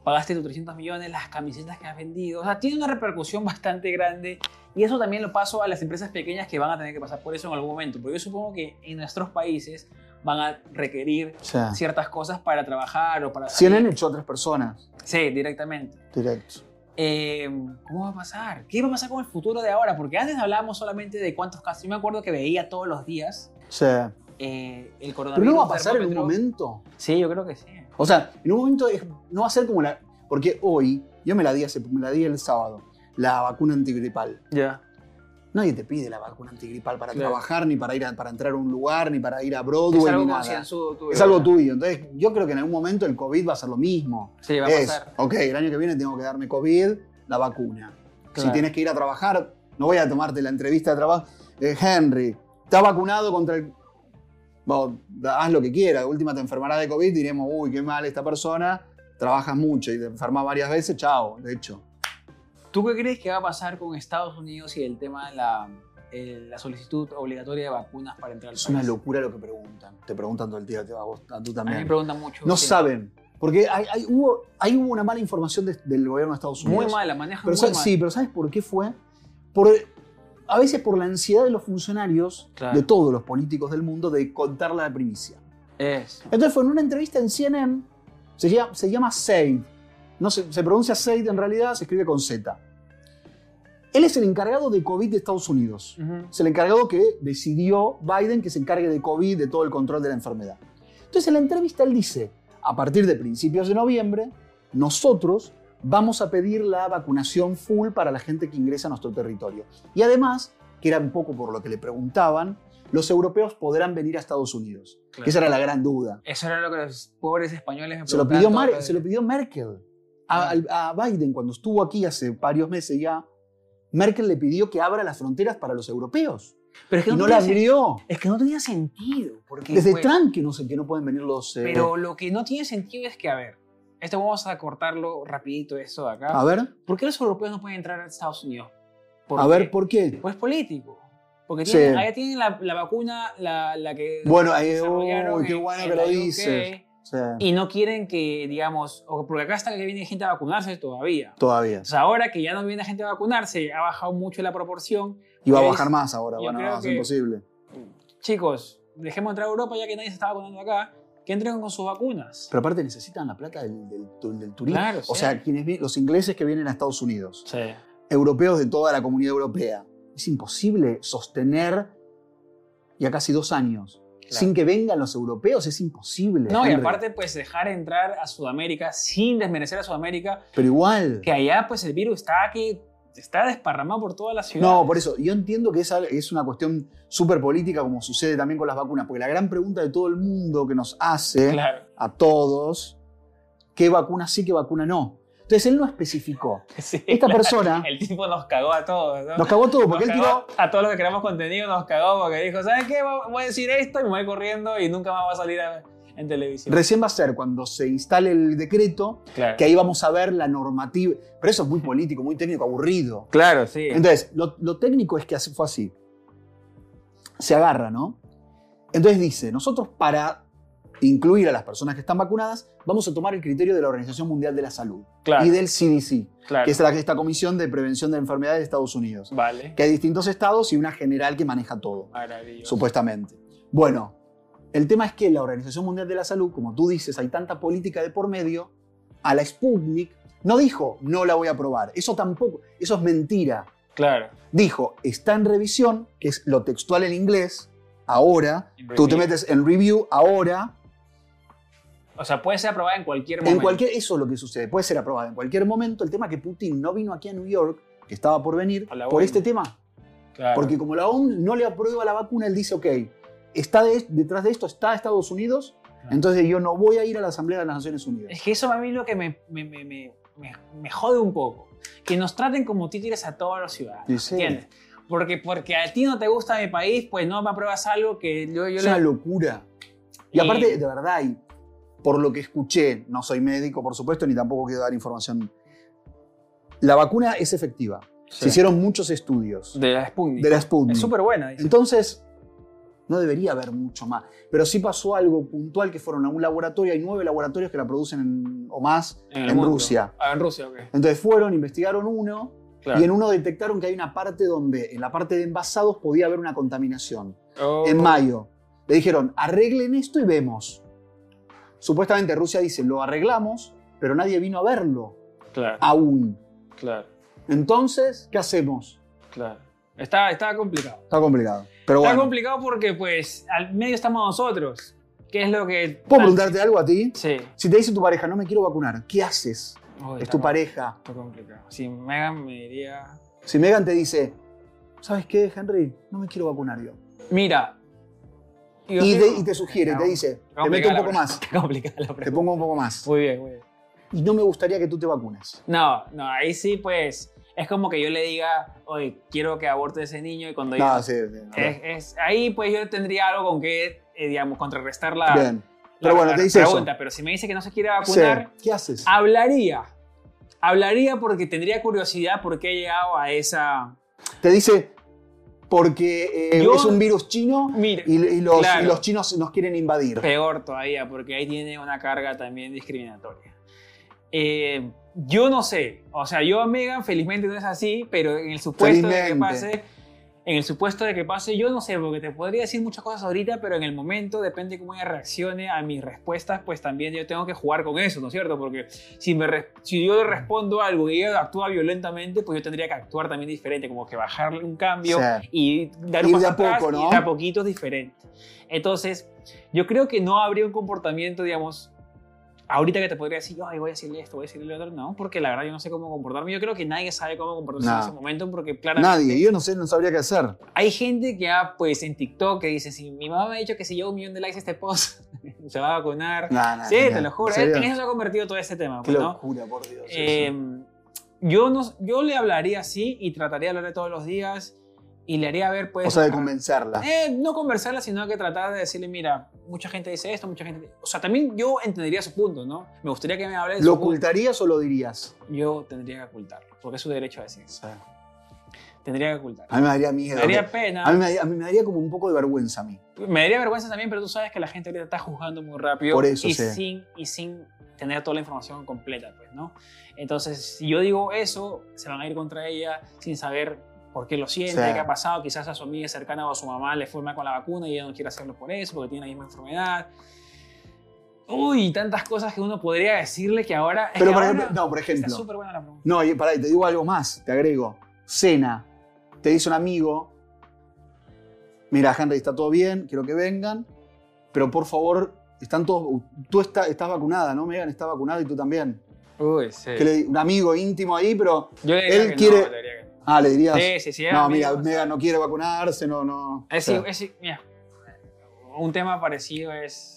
S1: pagaste tus 300 millones, las camisetas que has vendido. O sea, tiene una repercusión [laughs] bastante grande. Y eso también lo paso a las empresas pequeñas que van a tener que pasar por eso en algún momento. Porque yo supongo que en nuestros países van a requerir
S2: O sea,
S1: ciertas cosas para trabajar o para...
S2: CNN echó a tres personas
S1: Sí, directamente.
S2: directo.
S1: Eh, ¿Cómo va a pasar? ¿Qué va a pasar con el futuro de ahora? Porque antes hablábamos solamente de cuántos casos. Yo me acuerdo que veía todos los días
S2: O sea,
S1: eh, el
S2: pero
S1: coronavirus.
S2: no va a pasar en un
S1: termómetro.
S2: momento.
S1: Sí, yo creo que sí.
S2: O sea, en un momento es- no va a ser como la. Porque hoy, yo me la di, hace- me la di el sábado, la vacuna antigripal.
S1: Ya.
S2: Nadie te pide la vacuna antigripal para
S1: Claro.
S2: trabajar, ni para ir a- para entrar a un lugar, ni para ir a Broadway,
S1: Es algo
S2: ni nada.
S1: concienzudo tuyo.
S2: Es algo
S1: ¿verdad?
S2: tuyo. Entonces, yo creo que en algún momento el COVID va a ser lo mismo.
S1: Sí, va a
S2: es,
S1: pasar.
S2: ok, el año que viene tengo que darme COVID, la vacuna. Si
S1: Claro.
S2: tienes que ir a trabajar, no voy a tomarte la entrevista de trabajo. Eh, Henry, ¿está vacunado contra el...? Bueno, da- haz lo que quieras, de última te enfermarás de COVID, diremos, uy, qué mal esta persona, trabajas mucho y te enfermas varias veces, chao, de hecho.
S1: ¿Tú qué crees que va a pasar con Estados Unidos y el tema de la, el- la solicitud obligatoria de vacunas para entrar al
S2: Es
S1: país?
S2: una locura lo que preguntan. Te preguntan todo el día, te va a vos- a tú
S1: A mí me
S2: también.
S1: preguntan mucho.
S2: No
S1: sí.
S2: saben, porque hay, hay- hubo, ahí hubo una mala información de- del gobierno de Estados Unidos.
S1: Muy mala, manejan
S2: Pero
S1: muy
S2: sa-
S1: mal.
S2: sí, pero ¿sabes por qué fue? Por, a veces por la ansiedad de los funcionarios,
S1: Claro.
S2: de todos los políticos del mundo, de contar la primicia.
S1: Es.
S2: Entonces fue en una entrevista en CNN, se llama, se llama Said. No se, se pronuncia Said en realidad, se escribe con Z. Él es el encargado de COVID de Estados Unidos.
S1: Ujú.
S2: Es el encargado que decidió Biden que se encargue de COVID, de todo el control de la enfermedad. Entonces en la entrevista él dice, a partir de principios de noviembre, nosotros vamos a pedir la vacunación full para la gente que ingresa a nuestro territorio. Y además, que era un poco por lo que le preguntaban, los europeos podrán venir a Estados Unidos.
S1: Claro.
S2: Que esa era la gran duda.
S1: Eso era lo que los pobres españoles me
S2: Se lo
S1: preguntaban
S2: pidió,
S1: todos
S2: Mar-
S1: los
S2: se lo
S1: días. Ah,
S2: pidió Merkel a, al- a Biden cuando estuvo aquí hace varios meses ya. Merkel le pidió que abra las fronteras para los europeos.
S1: Pero es que
S2: Y
S1: no,
S2: no la
S1: tenía sen-
S2: abrió.
S1: es que no tenía sentido. Porque,
S2: Desde
S1: pues,
S2: Trump que no, sé, que no pueden venir los... eh,
S1: Pero lo que no tiene sentido es que, a ver, esto vamos a cortarlo rapidito, esto de acá.
S2: a ver,
S1: ¿Por qué los europeos no pueden entrar a Estados Unidos? ¿Por
S2: a
S1: qué?
S2: ver, ¿por qué?
S1: Pues político. Porque
S2: Sí.
S1: tienen, allá tienen la, la vacuna, la, la que.
S2: Bueno, ahí,
S1: desarrollaron
S2: uy, qué
S1: en-
S2: bueno
S1: en
S2: que lo
S1: la UK,
S2: dices. Sí,
S1: Y no quieren que, digamos, o- porque acá hasta que viene gente a vacunarse todavía.
S2: todavía.
S1: Entonces, ahora que ya no viene gente a vacunarse, ha bajado mucho la proporción.
S2: Y va a
S1: Pero
S2: bajar
S1: es-
S2: más ahora,
S1: yo
S2: bueno,
S1: creo
S2: no, es
S1: que-
S2: imposible.
S1: Chicos, dejemos entrar a Europa ya que nadie se está vacunando acá, que entren con sus vacunas.
S2: Pero aparte necesitan la plata del, del, tu- del turismo.
S1: Claro,
S2: o
S1: sí.
S2: sea, quienes, vi- los ingleses que vienen a Estados Unidos,
S1: Sí.
S2: europeos de toda la comunidad europea. Es imposible sostener ya casi dos años. Sin que vengan los europeos es imposible.
S1: No, y
S2: Henry.
S1: aparte, pues dejar entrar a Sudamérica sin desmerecer a Sudamérica,
S2: Pero igual.
S1: que allá, pues el virus está aquí, está desparramado por toda la ciudad.
S2: No, por eso, yo entiendo que esa es una cuestión súper política como sucede también con las vacunas, porque la gran pregunta de todo el mundo que nos hace
S1: Claro. [laughs]
S2: a todos, ¿qué vacuna sí, qué vacuna no? Entonces él no especificó.
S1: Sí,
S2: Esta
S1: claro.
S2: persona
S1: El tipo nos cagó a todos, ¿no?
S2: nos cagó todo, porque
S1: Nos
S2: él tiró,
S1: cagó A todos los que creamos contenido nos cagó porque dijo, ¿sabes qué? Voy a decir esto y me voy corriendo y nunca más va a salir a- en televisión.
S2: recién va a ser cuando se instale el decreto,
S1: claro.
S2: que ahí vamos a ver la normativa. Pero eso es muy político, muy técnico, aburrido.
S1: claro, sí.
S2: Entonces, lo, lo técnico es que así- fue así. Se agarra, ¿no? Entonces dice, nosotros para incluir a las personas que están vacunadas, vamos a tomar el criterio de la Organización Mundial de la Salud
S1: claro,
S2: y del CDC,
S1: claro.
S2: que es la, esta Comisión de Prevención de Enfermedades de Estados Unidos,
S1: Vale.
S2: que hay distintos estados y una general que maneja todo
S1: Maravilloso.
S2: supuestamente. Bueno, el tema es que la Organización Mundial de la Salud, como tú dices, hay tanta política de por medio, a la Sputnik no dijo, no la voy a probar. Eso tampoco, eso es mentira.
S1: Claro.
S2: Dijo, está en revisión, que es lo textual en inglés, ahora.
S1: En
S2: Tú te
S1: review.
S2: metes en review ahora.
S1: O sea, puede ser aprobada en cualquier momento.
S2: En cualquier, eso es lo que sucede. Puede ser aprobada en cualquier momento. El tema que Putin no vino aquí a New York, que estaba por venir,
S1: A la
S2: por
S1: ONU.
S2: este tema.
S1: Claro.
S2: Porque como la OMS no le aprueba la vacuna, él dice, ok, está de- detrás de esto, está Estados Unidos, Entonces yo no voy a ir a la Asamblea de las Naciones Unidas.
S1: Es que eso a mí es lo que me, me, me- me- me- me jode un poco. Que nos traten como títeres a todos los ciudadanos.
S2: Y sí.
S1: ¿Entiendes? Porque, porque a ti no te gusta mi país, pues no me apruebas algo que yo, yo
S2: Es
S1: le-
S2: una locura. Y
S1: Y-
S2: aparte, de verdad, y por lo que escuché, no soy médico, por supuesto, ni tampoco quiero dar información. La vacuna es efectiva. Se
S1: Sí.
S2: hicieron muchos estudios
S1: de la Sputnik.
S2: de la Sputnik.
S1: Es súper buena. dice.
S2: Entonces, no debería haber mucho más. Pero sí pasó algo puntual que fueron a un laboratorio, hay nueve laboratorios que la producen en- o más
S1: En
S2: en,
S1: el mundo.
S2: Rusia.
S1: Ah, en Rusia, ok.
S2: Entonces fueron, investigaron uno
S1: Claro.
S2: y en uno detectaron que hay una parte donde, en la parte de envasados, podía haber una contaminación
S1: Oh.
S2: en mayo. Le dijeron, arreglen esto y vemos. Supuestamente Rusia dice, lo arreglamos, pero nadie vino a verlo
S1: Claro,
S2: aún.
S1: claro,
S2: Entonces, ¿qué hacemos?
S1: claro. Está, está complicado.
S2: Está complicado. Pero
S1: Está
S2: bueno,
S1: complicado porque, pues, al medio estamos nosotros. ¿Qué es lo que...?
S2: ¿puedo preguntarte algo a ti?
S1: Sí.
S2: Si te dice tu pareja, no me quiero vacunar, ¿qué haces?
S1: Uy,
S2: Es
S1: está
S2: tu
S1: com-
S2: pareja.
S1: Está complicado. Si Megan me diría...
S2: Si Megan te dice, ¿sabes qué, Henry? No me quiero vacunar yo.
S1: Mira. yo
S2: Y,
S1: digo-
S2: te, y te sugiere, te
S1: Está
S2: dice, te meto
S1: complicada
S2: un
S1: la
S2: poco
S1: pregunta, [laughs]
S2: más,
S1: Está complicada la
S2: te
S1: pregunta.
S2: pongo un poco más.
S1: Muy bien, muy bien.
S2: Y no me gustaría que tú te vacunes.
S1: No, no, ahí sí, pues, es como que yo le diga, oye, quiero que aborte ese niño y cuando
S2: No,
S1: yo...
S2: sí, sí, no.
S1: Es, es- ahí pues yo tendría algo con que, eh, digamos, contrarrestar la,
S2: Bien.
S1: la-
S2: Pero bueno,
S1: la
S2: te dice eso.
S1: pregunta. Pero si me dice que no se quiere
S2: Sí.
S1: vacunar,
S2: ¿Qué haces?
S1: hablaría. Hablaría porque tendría curiosidad por qué he llegado a esa...
S2: Te dice porque eh,
S1: Yo-
S2: es un virus chino
S1: Mira,
S2: y, y los,
S1: Claro.
S2: y los chinos nos quieren invadir.
S1: peor todavía, porque ahí tiene una carga también discriminatoria. Eh, yo no sé, o sea, yo a Megan felizmente no es así, pero en el supuesto de que
S2: Felizmente.
S1: pase, en el supuesto de que pase, yo no sé, porque te podría decir muchas cosas ahorita, pero en el momento depende cómo ella reaccione a mis respuestas, pues también yo tengo que jugar con eso, ¿no es cierto? Porque si, me res- si yo le respondo algo y ella actúa violentamente, pues yo tendría que actuar también diferente, como que bajarle un cambio
S2: Sí.
S1: y dar un
S2: Ir de a
S1: paso atrás
S2: poco, ¿no?
S1: y de a poquito es diferente. Entonces, yo creo que no habría un comportamiento, digamos, ahorita que te podría decir, ay, voy a decirle esto, voy a decirle lo otro, no, porque la verdad yo no sé cómo comportarme. Yo creo que nadie sabe cómo comportarse
S2: No.
S1: en ese momento, porque claramente
S2: Nadie, yo no sé, no sabría qué hacer.
S1: hay gente que, ah, pues en TikTok, que dice, si mi mamá me ha dicho que si llevo un millón de likes este post, [laughs] se va a vacunar.
S2: Nah, nah,
S1: sí,
S2: genial.
S1: te lo juro,
S2: ¿En
S1: eh,
S2: serio?
S1: en eso se ha convertido todo este tema.
S2: Qué
S1: pues, ¿no?
S2: locura, por Dios. eso.
S1: Eh, yo, no, yo le hablaría así y trataría de hablarle todos los días y le haría ver, pues...
S2: o sea, de
S1: ah,
S2: convencerla.
S1: eh, no conversarla, sino que tratar de decirle, mira, mucha gente dice esto, mucha gente... O sea, también yo entendería su punto, ¿no? Me gustaría que me hable de
S2: ¿Lo
S1: su punto.
S2: ocultarías o lo dirías?
S1: Yo tendría que ocultarlo, porque es su derecho a decir eso. Tendría que ocultarlo.
S2: A mí me daría miedo.
S1: Me daría
S2: que- A mí,
S1: pena,
S2: me daría, a mí me daría como un poco de vergüenza a mí.
S1: me daría vergüenza también, pero tú sabes que la gente ahorita está juzgando muy rápido
S2: Por eso,
S1: y,
S2: sí.
S1: sin, y sin tener toda la información completa, pues, ¿no? Entonces, si yo digo eso, se van a ir contra ella sin saber por qué lo siente,
S2: Sí.
S1: qué ha pasado, quizás a su amiga cercana o a su mamá le fue mal con la vacuna y ella no quiere hacerlo por eso, porque tiene la misma enfermedad. Uy, tantas cosas que uno podría decirle que ahora... es
S2: Pero
S1: que
S2: por
S1: ahora
S2: ejemplo, no, por
S1: Está
S2: ejemplo.
S1: súper buena la pregunta.
S2: No, y pará, y te digo algo más, te agrego. Cena. Te dice un amigo, mira, Henry, está todo bien, quiero que vengan, pero por favor, están todos, tú está- estás vacunada, ¿no? Megan está vacunada y tú también.
S1: Uy, sí.
S2: Que le- un amigo íntimo ahí, pero...
S1: Yo le diría
S2: él
S1: que no,
S2: quiere-
S1: le diría que no.
S2: Ah, le dirías...
S1: Sí, sí, Eh, sí. era
S2: no,
S1: amigo,
S2: mira,
S1: o sea,
S2: Megan no quiere vacunarse, no, no.
S1: Es,
S2: O sea,
S1: es- mira, un tema parecido es.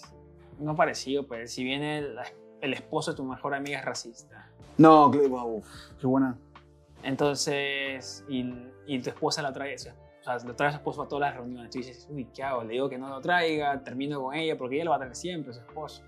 S1: No parecido, pero si viene el, el esposo de tu mejor amiga es racista.
S2: No, cl- wow, qué buena.
S1: Entonces. Y, y tu esposa la trae. O sea, lo trae a su esposo a todas las reuniones. Tú dices, uy, ¿qué hago? Le digo que no lo traiga, termino con ella, porque ella lo va a traer siempre, su esposo.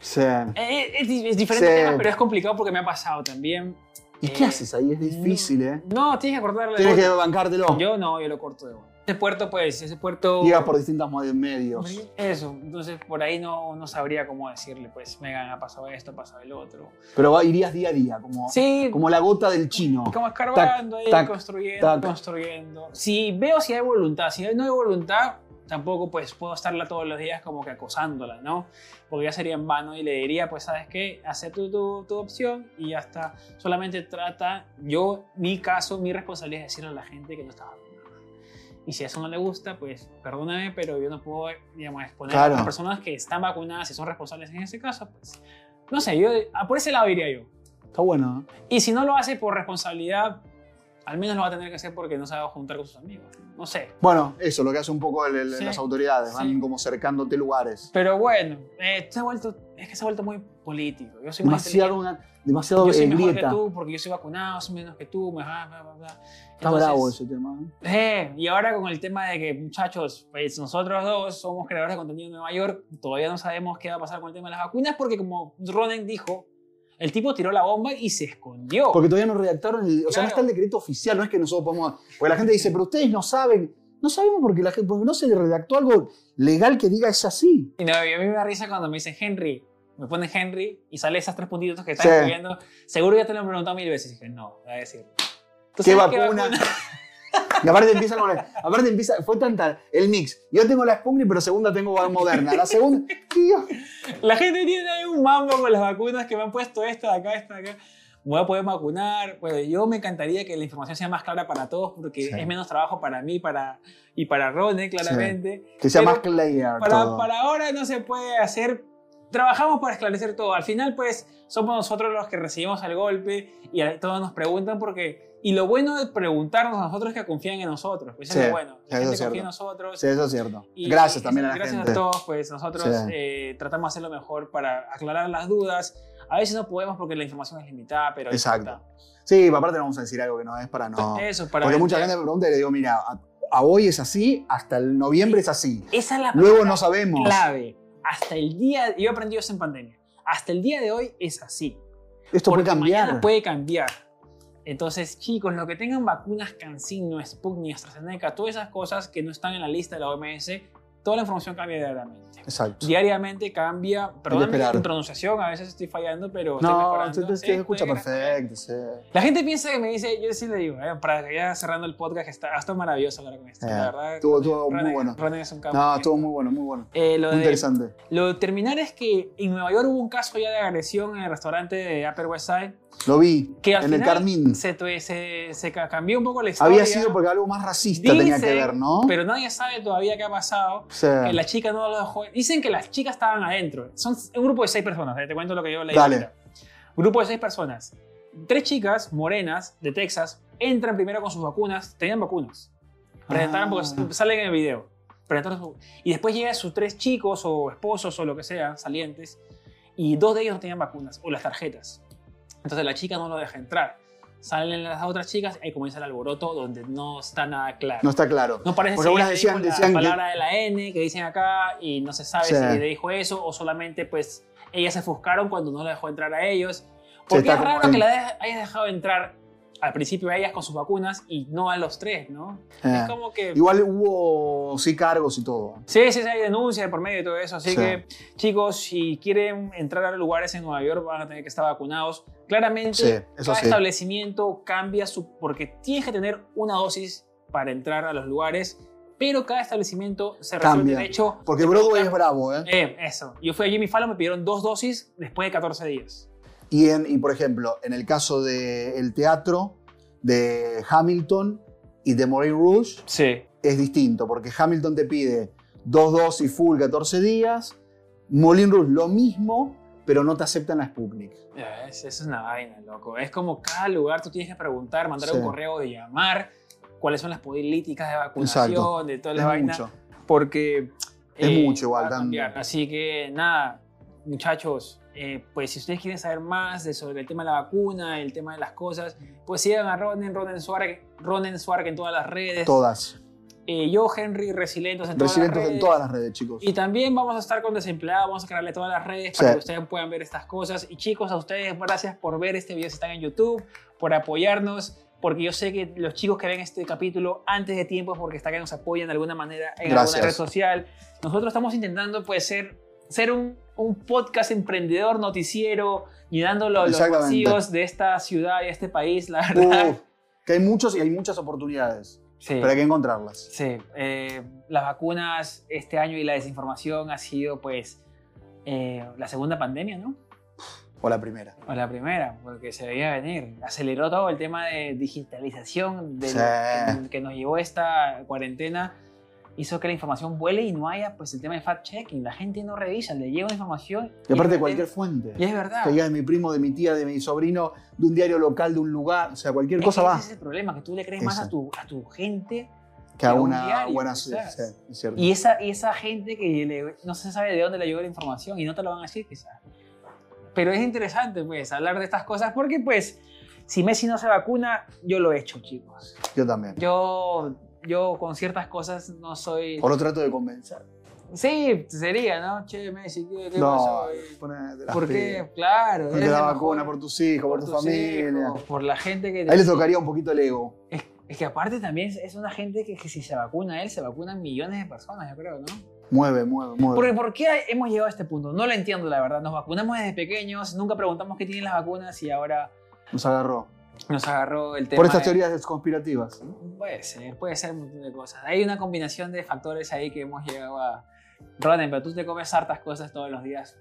S2: Sí.
S1: Eh, eh, Es, di- es diferente
S2: Sí.
S1: tema, pero es complicado porque me ha pasado también.
S2: ¿Y qué
S1: Eh,
S2: haces ahí? Es difícil, ¿eh?
S1: No, tienes que cortarle. de
S2: Tienes que
S1: vuelta.
S2: bancártelo.
S1: Yo no, yo lo corto de vuelta. Ese puerto, pues, ese puerto.
S2: Llegas por distintos mod- medios.
S1: Eso, entonces por ahí no, no sabría cómo decirle, pues, Megan, ha pasado esto, ha pasado el otro.
S2: Pero va- irías día a día, como,
S1: Sí, como,
S2: como la gota del chino.
S1: escarbando ahí,
S2: tac,
S1: construyendo,
S2: tac.
S1: construyendo. Si veo si hay voluntad, si no hay voluntad, tampoco pues puedo estarla todos los días como que acosándola, ¿no? Porque ya sería en vano y le diría, pues, ¿sabes qué? Acepto tu, tu, opción y ya está. Solamente trata, yo, mi caso, mi responsabilidad es decirle a la gente que no está vacunada. Y si eso no le gusta, pues perdóname, pero yo no puedo, digamos, exponer
S2: Claro.
S1: a las personas que están vacunadas y son responsables en ese caso, pues, no sé, yo, ah, por ese lado iría yo.
S2: Está bueno, ¿eh?
S1: Y si no lo hace por responsabilidad, al menos lo va a tener que hacer porque no se va a juntar con sus amigos. No sé.
S2: Bueno, eso, lo que hace un poco el- el-
S1: Sí.
S2: las autoridades,
S1: Sí.
S2: van como cercándote lugares.
S1: Pero bueno, eh, se ha vuelto, es que se ha vuelto muy político. Yo soy más
S2: Demasiado, una- demasiado
S1: Yo soy
S2: eh,
S1: mejor
S2: grieta.
S1: que tú porque yo soy vacunado, soy menos que tú, me- bla, bla, bla, bla.
S2: Está
S1: Entonces,
S2: bravo ese tema. ¿eh?
S1: eh, y ahora con el tema de que, muchachos, pues nosotros dos somos creadores de contenido en Nueva York, todavía no sabemos qué va a pasar con el tema de las vacunas porque como Ronen dijo, el tipo tiró la bomba y se escondió.
S2: Porque todavía no redactaron, el- o sea,
S1: Claro.
S2: no está el decreto oficial, no es que nosotros podemos... Porque la gente dice, pero ustedes no saben. No sabemos porque, la gente, porque no se le redactó algo legal que diga es así.
S1: Y, no, y a mí me da risa cuando me dicen Henry, me ponen Henry y sale esas tres puntitos que
S2: Sí.
S1: están escribiendo. Seguro ya te lo han preguntado mil veces. Y dije, no, voy a decir. ¿Tú
S2: ¿Qué
S1: sabes
S2: vacuna? [laughs] Y aparte empieza con el, aparte empieza, fue tanta el mix. Yo tengo la Sputnik, pero segunda tengo Moderna. La segunda, [laughs] tío,
S1: [laughs] La gente tiene ahí un mambo con las vacunas que me han puesto esta de acá, esta de acá. Me voy a poder vacunar. Bueno, yo me encantaría que la información sea más clara para todos porque
S2: Sí.
S1: es menos trabajo para mí para, y para Rone, claramente.
S2: que sea
S1: Pero
S2: más clear
S1: Para,
S2: todo.
S1: para ahora no se puede hacer. Trabajamos para esclarecer todo. Al final, pues, somos nosotros los que recibimos el golpe y a- todos nos preguntan porque. Y lo bueno de preguntarnos a nosotros es que confían en nosotros. Pues eso
S2: Sí,
S1: es lo bueno. La
S2: eso es
S1: gente confía
S2: cierto.
S1: en nosotros.
S2: Sí, eso es cierto.
S1: Y-
S2: gracias
S1: y-
S2: también a la
S1: gracias
S2: gente.
S1: a todos, pues nosotros
S2: Sí.
S1: eh, tratamos de hacer lo mejor para aclarar las dudas. A veces no podemos porque la información es limitada, pero ahí
S2: Exacto.
S1: está.
S2: Sí, aparte no vamos a decir algo que no es para no.
S1: Eso, para
S2: Porque
S1: ver-
S2: mucha gente me pregunta y le digo, mira, a, a hoy es así, hasta el noviembre es así.
S1: Esa es la
S2: Luego
S1: palabra
S2: no sabemos.
S1: clave. Hasta el día, yo aprendí eso en pandemia. Hasta el día de hoy es así.
S2: Esto puede
S1: Porque
S2: cambiar.
S1: Mañana puede cambiar. Entonces, chicos, lo que tengan vacunas CanSino, Sputnik, AstraZeneca, todas esas cosas que no están en la lista de la OMS, toda la información cambia diariamente.
S2: Exacto.
S1: Diariamente cambia, perdón,
S2: esperar.
S1: mi pronunciación, a veces estoy fallando, pero estoy
S2: No,
S1: mejorando. Este
S2: se, se- se
S1: Sí,
S2: escucha
S1: estoy-
S2: perfecto. sí.
S1: La gente piensa que me dice, yo sí le digo, eh, para que ya cerrando el podcast, que está, está maravilloso hablar con esto,
S2: Eh,
S1: la verdad.
S2: estuvo- estuvo
S1: Ronen-
S2: muy bueno.
S1: Ronen es un campo.
S2: No, estuvo muy bueno, muy bueno.
S1: Eh, lo
S2: Muy
S1: de-
S2: interesante.
S1: lo de terminar es que en Nueva York hubo un caso ya de agresión en el restaurante de Upper West Side
S2: Lo vi
S1: que al
S2: en el
S1: final
S2: Carmín.
S1: se, tu- se- se ca- cambió un poco la historia.
S2: Había sido porque algo más racista tenía que
S1: Dicen,
S2: ver, ¿no?
S1: Pero nadie sabe todavía qué ha pasado.
S2: O sea,
S1: Que la chica no lo dejó. Dicen que las chicas estaban adentro. Son un grupo de seis personas. eh, Te cuento lo que yo leí.
S2: Dale.
S1: ahorita. Grupo de seis personas. Tres chicas morenas de Texas entran primero con sus vacunas. Tenían vacunas. Presentaron,
S2: Ah.
S1: porque salen en el video. Presentaron su- y después llegan sus tres chicos o esposos o lo que sea, salientes. Y dos de ellos no tenían vacunas o las tarjetas. Entonces la chica no lo deja entrar. Salen las otras chicas y ahí comienza el alboroto donde no está nada claro.
S2: no está claro.
S1: No parece
S2: Porque
S1: si
S2: algunas
S1: ella
S2: decían-
S1: dijo la
S2: decían que-
S1: palabra de la N que dicen acá y no se sabe
S2: Sí.
S1: si le dijo eso o solamente pues ellas se ofuscaron cuando no la dejó entrar a ellos.
S2: Sí,
S1: Porque
S2: está
S1: es
S2: como
S1: raro
S2: ahí.
S1: que la de- hayas dejado entrar al principio a ellas con sus vacunas y no a los tres, ¿no?
S2: Eh.
S1: Es como que...
S2: Igual hubo sí cargos y todo.
S1: Sí, sí, sí, hay denuncias de por medio de todo eso. Así
S2: Sí.
S1: que, chicos, si quieren entrar a lugares en Nueva York, van a tener que estar vacunados. Claramente,
S2: Sí, eso
S1: cada
S2: sí.
S1: establecimiento cambia su. porque tienes que tener una dosis para entrar a los lugares, pero cada establecimiento se resuelve.
S2: Cambia.
S1: De hecho,
S2: Porque Broadway es bravo, ¿eh?
S1: eh, eso. Yo fui a Jimmy Fallon, me pidieron dos dosis después de 14 días.
S2: Y, en, y por ejemplo, en el caso del teatro, de Hamilton y de Moulin Rouge,
S1: Sí.
S2: es distinto, porque Hamilton te pide dos dosis full 14 días, Moulin Rouge lo mismo, pero no te aceptan la Sputnik.
S1: Es, es una vaina, loco. Es como cada lugar tú tienes que preguntar, mandar
S2: Sí.
S1: un correo, de llamar, cuáles son las políticas de vacunación,
S2: Exacto.
S1: de todas
S2: Es
S1: las vainas.
S2: mucho.
S1: porque eh,
S2: Es mucho igual,
S1: va a
S2: tan-
S1: cambiar. Así que nada, muchachos, eh, pues si ustedes quieren saber más de, sobre el tema de la vacuna, el tema de las cosas, pues sigan a Ronen, Ronen Suárez, Ronen Suárez en todas las redes.
S2: Todas.
S1: Eh, yo, Henry, Resilentos en todas las
S2: Residentos
S1: redes.
S2: en todas las redes, chicos.
S1: Y también vamos a estar con Desempleado, vamos a crearle todas las redes para
S2: Sí.
S1: que ustedes puedan ver estas cosas. Y chicos, a ustedes gracias por ver este video si están en YouTube, por apoyarnos, porque yo sé que los chicos que ven este capítulo antes de tiempo es porque están que nos apoyan de alguna manera en
S2: Gracias.
S1: alguna red social. Nosotros estamos intentando pues ser, ser un, un podcast emprendedor, noticiero, llenando los, los
S2: Exactamente. Uh,
S1: vacíos de esta ciudad y este país, la verdad.
S2: Uf, que hay muchos y hay muchas oportunidades,
S1: Sí.
S2: pero hay que encontrarlas.
S1: Sí, eh, las vacunas este año y la desinformación ha sido pues eh, la segunda pandemia, ¿no?
S2: O la primera.
S1: O la primera, porque se veía venir. Aceleró todo el tema de digitalización de
S2: Sí.
S1: lo que, que nos llevó esta cuarentena. hizo que la información vuele y no haya pues el tema de fact-checking. La gente no revisa, le llega una información.
S2: Y aparte
S1: la
S2: cualquier
S1: gente-
S2: fuente.
S1: Y es verdad.
S2: Que digas de mi primo, de mi tía, de mi sobrino, de un diario local, de un lugar, o sea, cualquier cosa
S1: Ese
S2: va.
S1: es el problema, que tú le crees más a tu, a tu gente
S2: Que a
S1: un
S2: una
S1: diario,
S2: buena
S1: quizás.
S2: sí, sí, es cierto.
S1: y esa, y esa gente que le- no se sabe de dónde le llegó la información y no te lo van a decir quizás. Pero es interesante pues hablar de estas cosas porque pues si Messi no se vacuna, yo lo he hecho chicos.
S2: Yo también.
S1: Yo, yo con ciertas cosas no soy...
S2: O lo trato de convencer.
S1: Sí, sería, ¿no? Che, Messi, ¿qué, qué
S2: No,
S1: pasó? Y-
S2: ponete las
S1: ¿Por
S2: pilas.
S1: qué? Claro.
S2: Ponte
S1: eres
S2: la
S1: el mejor.
S2: vacuna por tus hijos, por, tu
S1: tus
S2: familia.
S1: hijos, por la gente que...
S2: Ahí le tocaría un poquito el ego.
S1: Es, es que aparte también es- es una gente que, que si se vacuna él, se vacunan millones de personas, yo creo, ¿no?
S2: Mueve, mueve, mueve.
S1: Porque ¿por qué hemos llegado a este punto? No lo entiendo, la verdad. Nos vacunamos desde pequeños, nunca preguntamos qué tienen las vacunas y ahora
S2: Nos agarró.
S1: nos agarró el tema.
S2: Por estas
S1: de-
S2: teorías conspirativas.
S1: Puede ser, puede ser un montón de cosas. Hay una combinación de factores ahí que hemos llegado a... Ronen, pero tú te comes hartas cosas todos los días,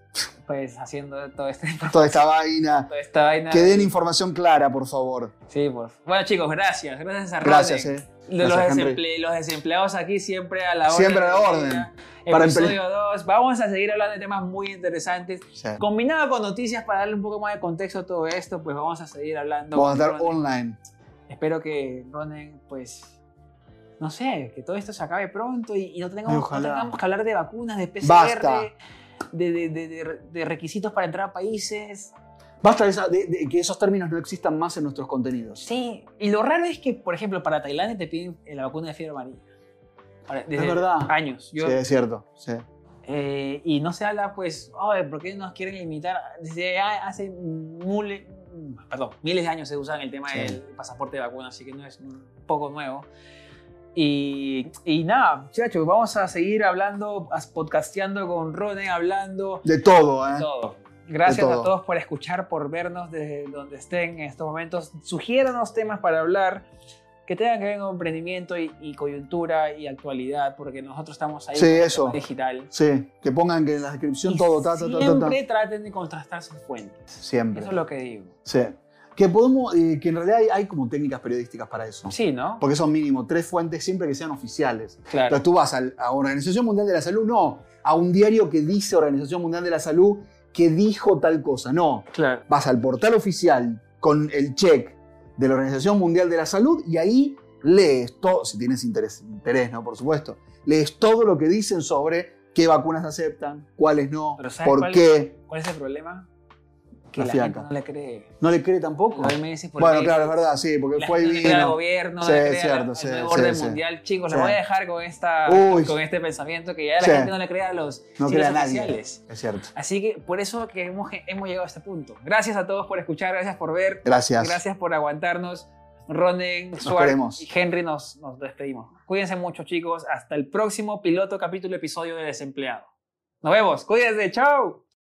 S1: pues haciendo todo este, [laughs]
S2: Toda esta vaina.
S1: toda esta vaina.
S2: Que den información clara, por favor.
S1: Sí, por Bueno, chicos, gracias. Gracias a Ronen.
S2: Gracias, eh.
S1: Los,
S2: Gracias,
S1: desemple-
S2: Henry.
S1: los desempleados aquí siempre a la orden.
S2: Siempre a la
S1: del día.
S2: Para
S1: Episodio 2. Vamos a seguir hablando de temas muy interesantes.
S2: Sí.
S1: Combinado con noticias para darle un poco más de contexto a todo esto, pues vamos a seguir hablando.
S2: Vamos a
S1: con
S2: estar
S1: Ronen.
S2: online.
S1: Espero que Ronen, pues, no sé, que todo esto se acabe pronto y, y no, tengamos,
S2: Ay,
S1: no
S2: ojalá.
S1: tengamos que hablar de vacunas, de PCR,
S2: Basta.
S1: De, de- de- de- de requisitos para entrar a países.
S2: Basta de, esa- de- de que esos términos no existan más en nuestros contenidos.
S1: Sí, y lo raro es que, por ejemplo, para Tailandia te piden la vacuna de fiebre amarilla. Para- desde
S2: verdad.
S1: Años. Yo-
S2: Sí, es cierto. Sí.
S1: Eh, y no se habla, pues, "Ay, ¿por qué nos quieren limitar? Desde ha- hace mule- perdón, miles de años se usa el tema
S2: Sí.
S1: del pasaporte de vacuna, así que no es un poco nuevo. Y, y nada, muchachos, vamos a seguir hablando, as- podcasteando con Ronen, hablando
S2: De todo, ¿eh?
S1: de todo. Gracias
S2: De todo.
S1: a todos por escuchar, por vernos desde donde estén en estos momentos. Sugiéranos temas para hablar que tengan que ver con emprendimiento y, y coyuntura y actualidad, porque nosotros estamos ahí
S2: Sí,
S1: con el
S2: eso.
S1: tema digital.
S2: Sí. Que pongan que en la descripción
S1: Y
S2: todo, ta, ta, ta, ta, ta.
S1: siempre traten de contrastar sus fuentes.
S2: Siempre.
S1: Eso es lo que digo.
S2: Sí. Que podemos, eh, que en realidad hay, hay como técnicas periodísticas para eso.
S1: Sí, ¿no?
S2: Porque son mínimo tres fuentes siempre que sean oficiales.
S1: Claro.
S2: Entonces tú vas al- a Organización Mundial de la Salud, no, a un diario que dice Organización Mundial de la Salud que dijo tal cosa, no.
S1: Claro.
S2: Vas al portal oficial con el check de la Organización Mundial de la Salud y ahí lees todo, si tienes interés, interés, ¿no? Por supuesto. Lees todo lo que dicen sobre qué vacunas aceptan, cuáles no,
S1: Pero ¿sabes
S2: por
S1: cuál-
S2: qué.
S1: ¿Cuál es el problema? Que
S2: La
S1: la,
S2: fiaca.
S1: gente no le cree.
S2: No le cree tampoco.
S1: Lo del Messi por
S2: Bueno,
S1: ahí.
S2: claro, es verdad, sí, porque
S1: La
S2: fue
S1: gente
S2: y
S1: no le cree al
S2: vino.
S1: gobierno,
S2: Sí,
S1: no le
S2: es
S1: cree al-
S2: cierto,
S1: al
S2: sí,
S1: nuevo
S2: sí,
S1: orden
S2: sí.
S1: mundial. Chicos,
S2: Sí.
S1: lo voy a dejar con, esta,
S2: Uy.
S1: con este pensamiento que ya la
S2: Sí.
S1: gente no le cree a los
S2: No
S1: sitios
S2: cree a nadie.
S1: oficiales.
S2: Es cierto.
S1: Así que por eso que hemos, hemos llegado a este punto. Gracias a todos por escuchar, gracias por ver,
S2: Gracias.
S1: Gracias por aguantarnos. Ronen,
S2: queremos.
S1: Suárez y Henry nos, nos despedimos. Cuídense mucho, chicos. Hasta el próximo piloto, capítulo, episodio de Desempleado. Nos vemos. Cuídense. Chao.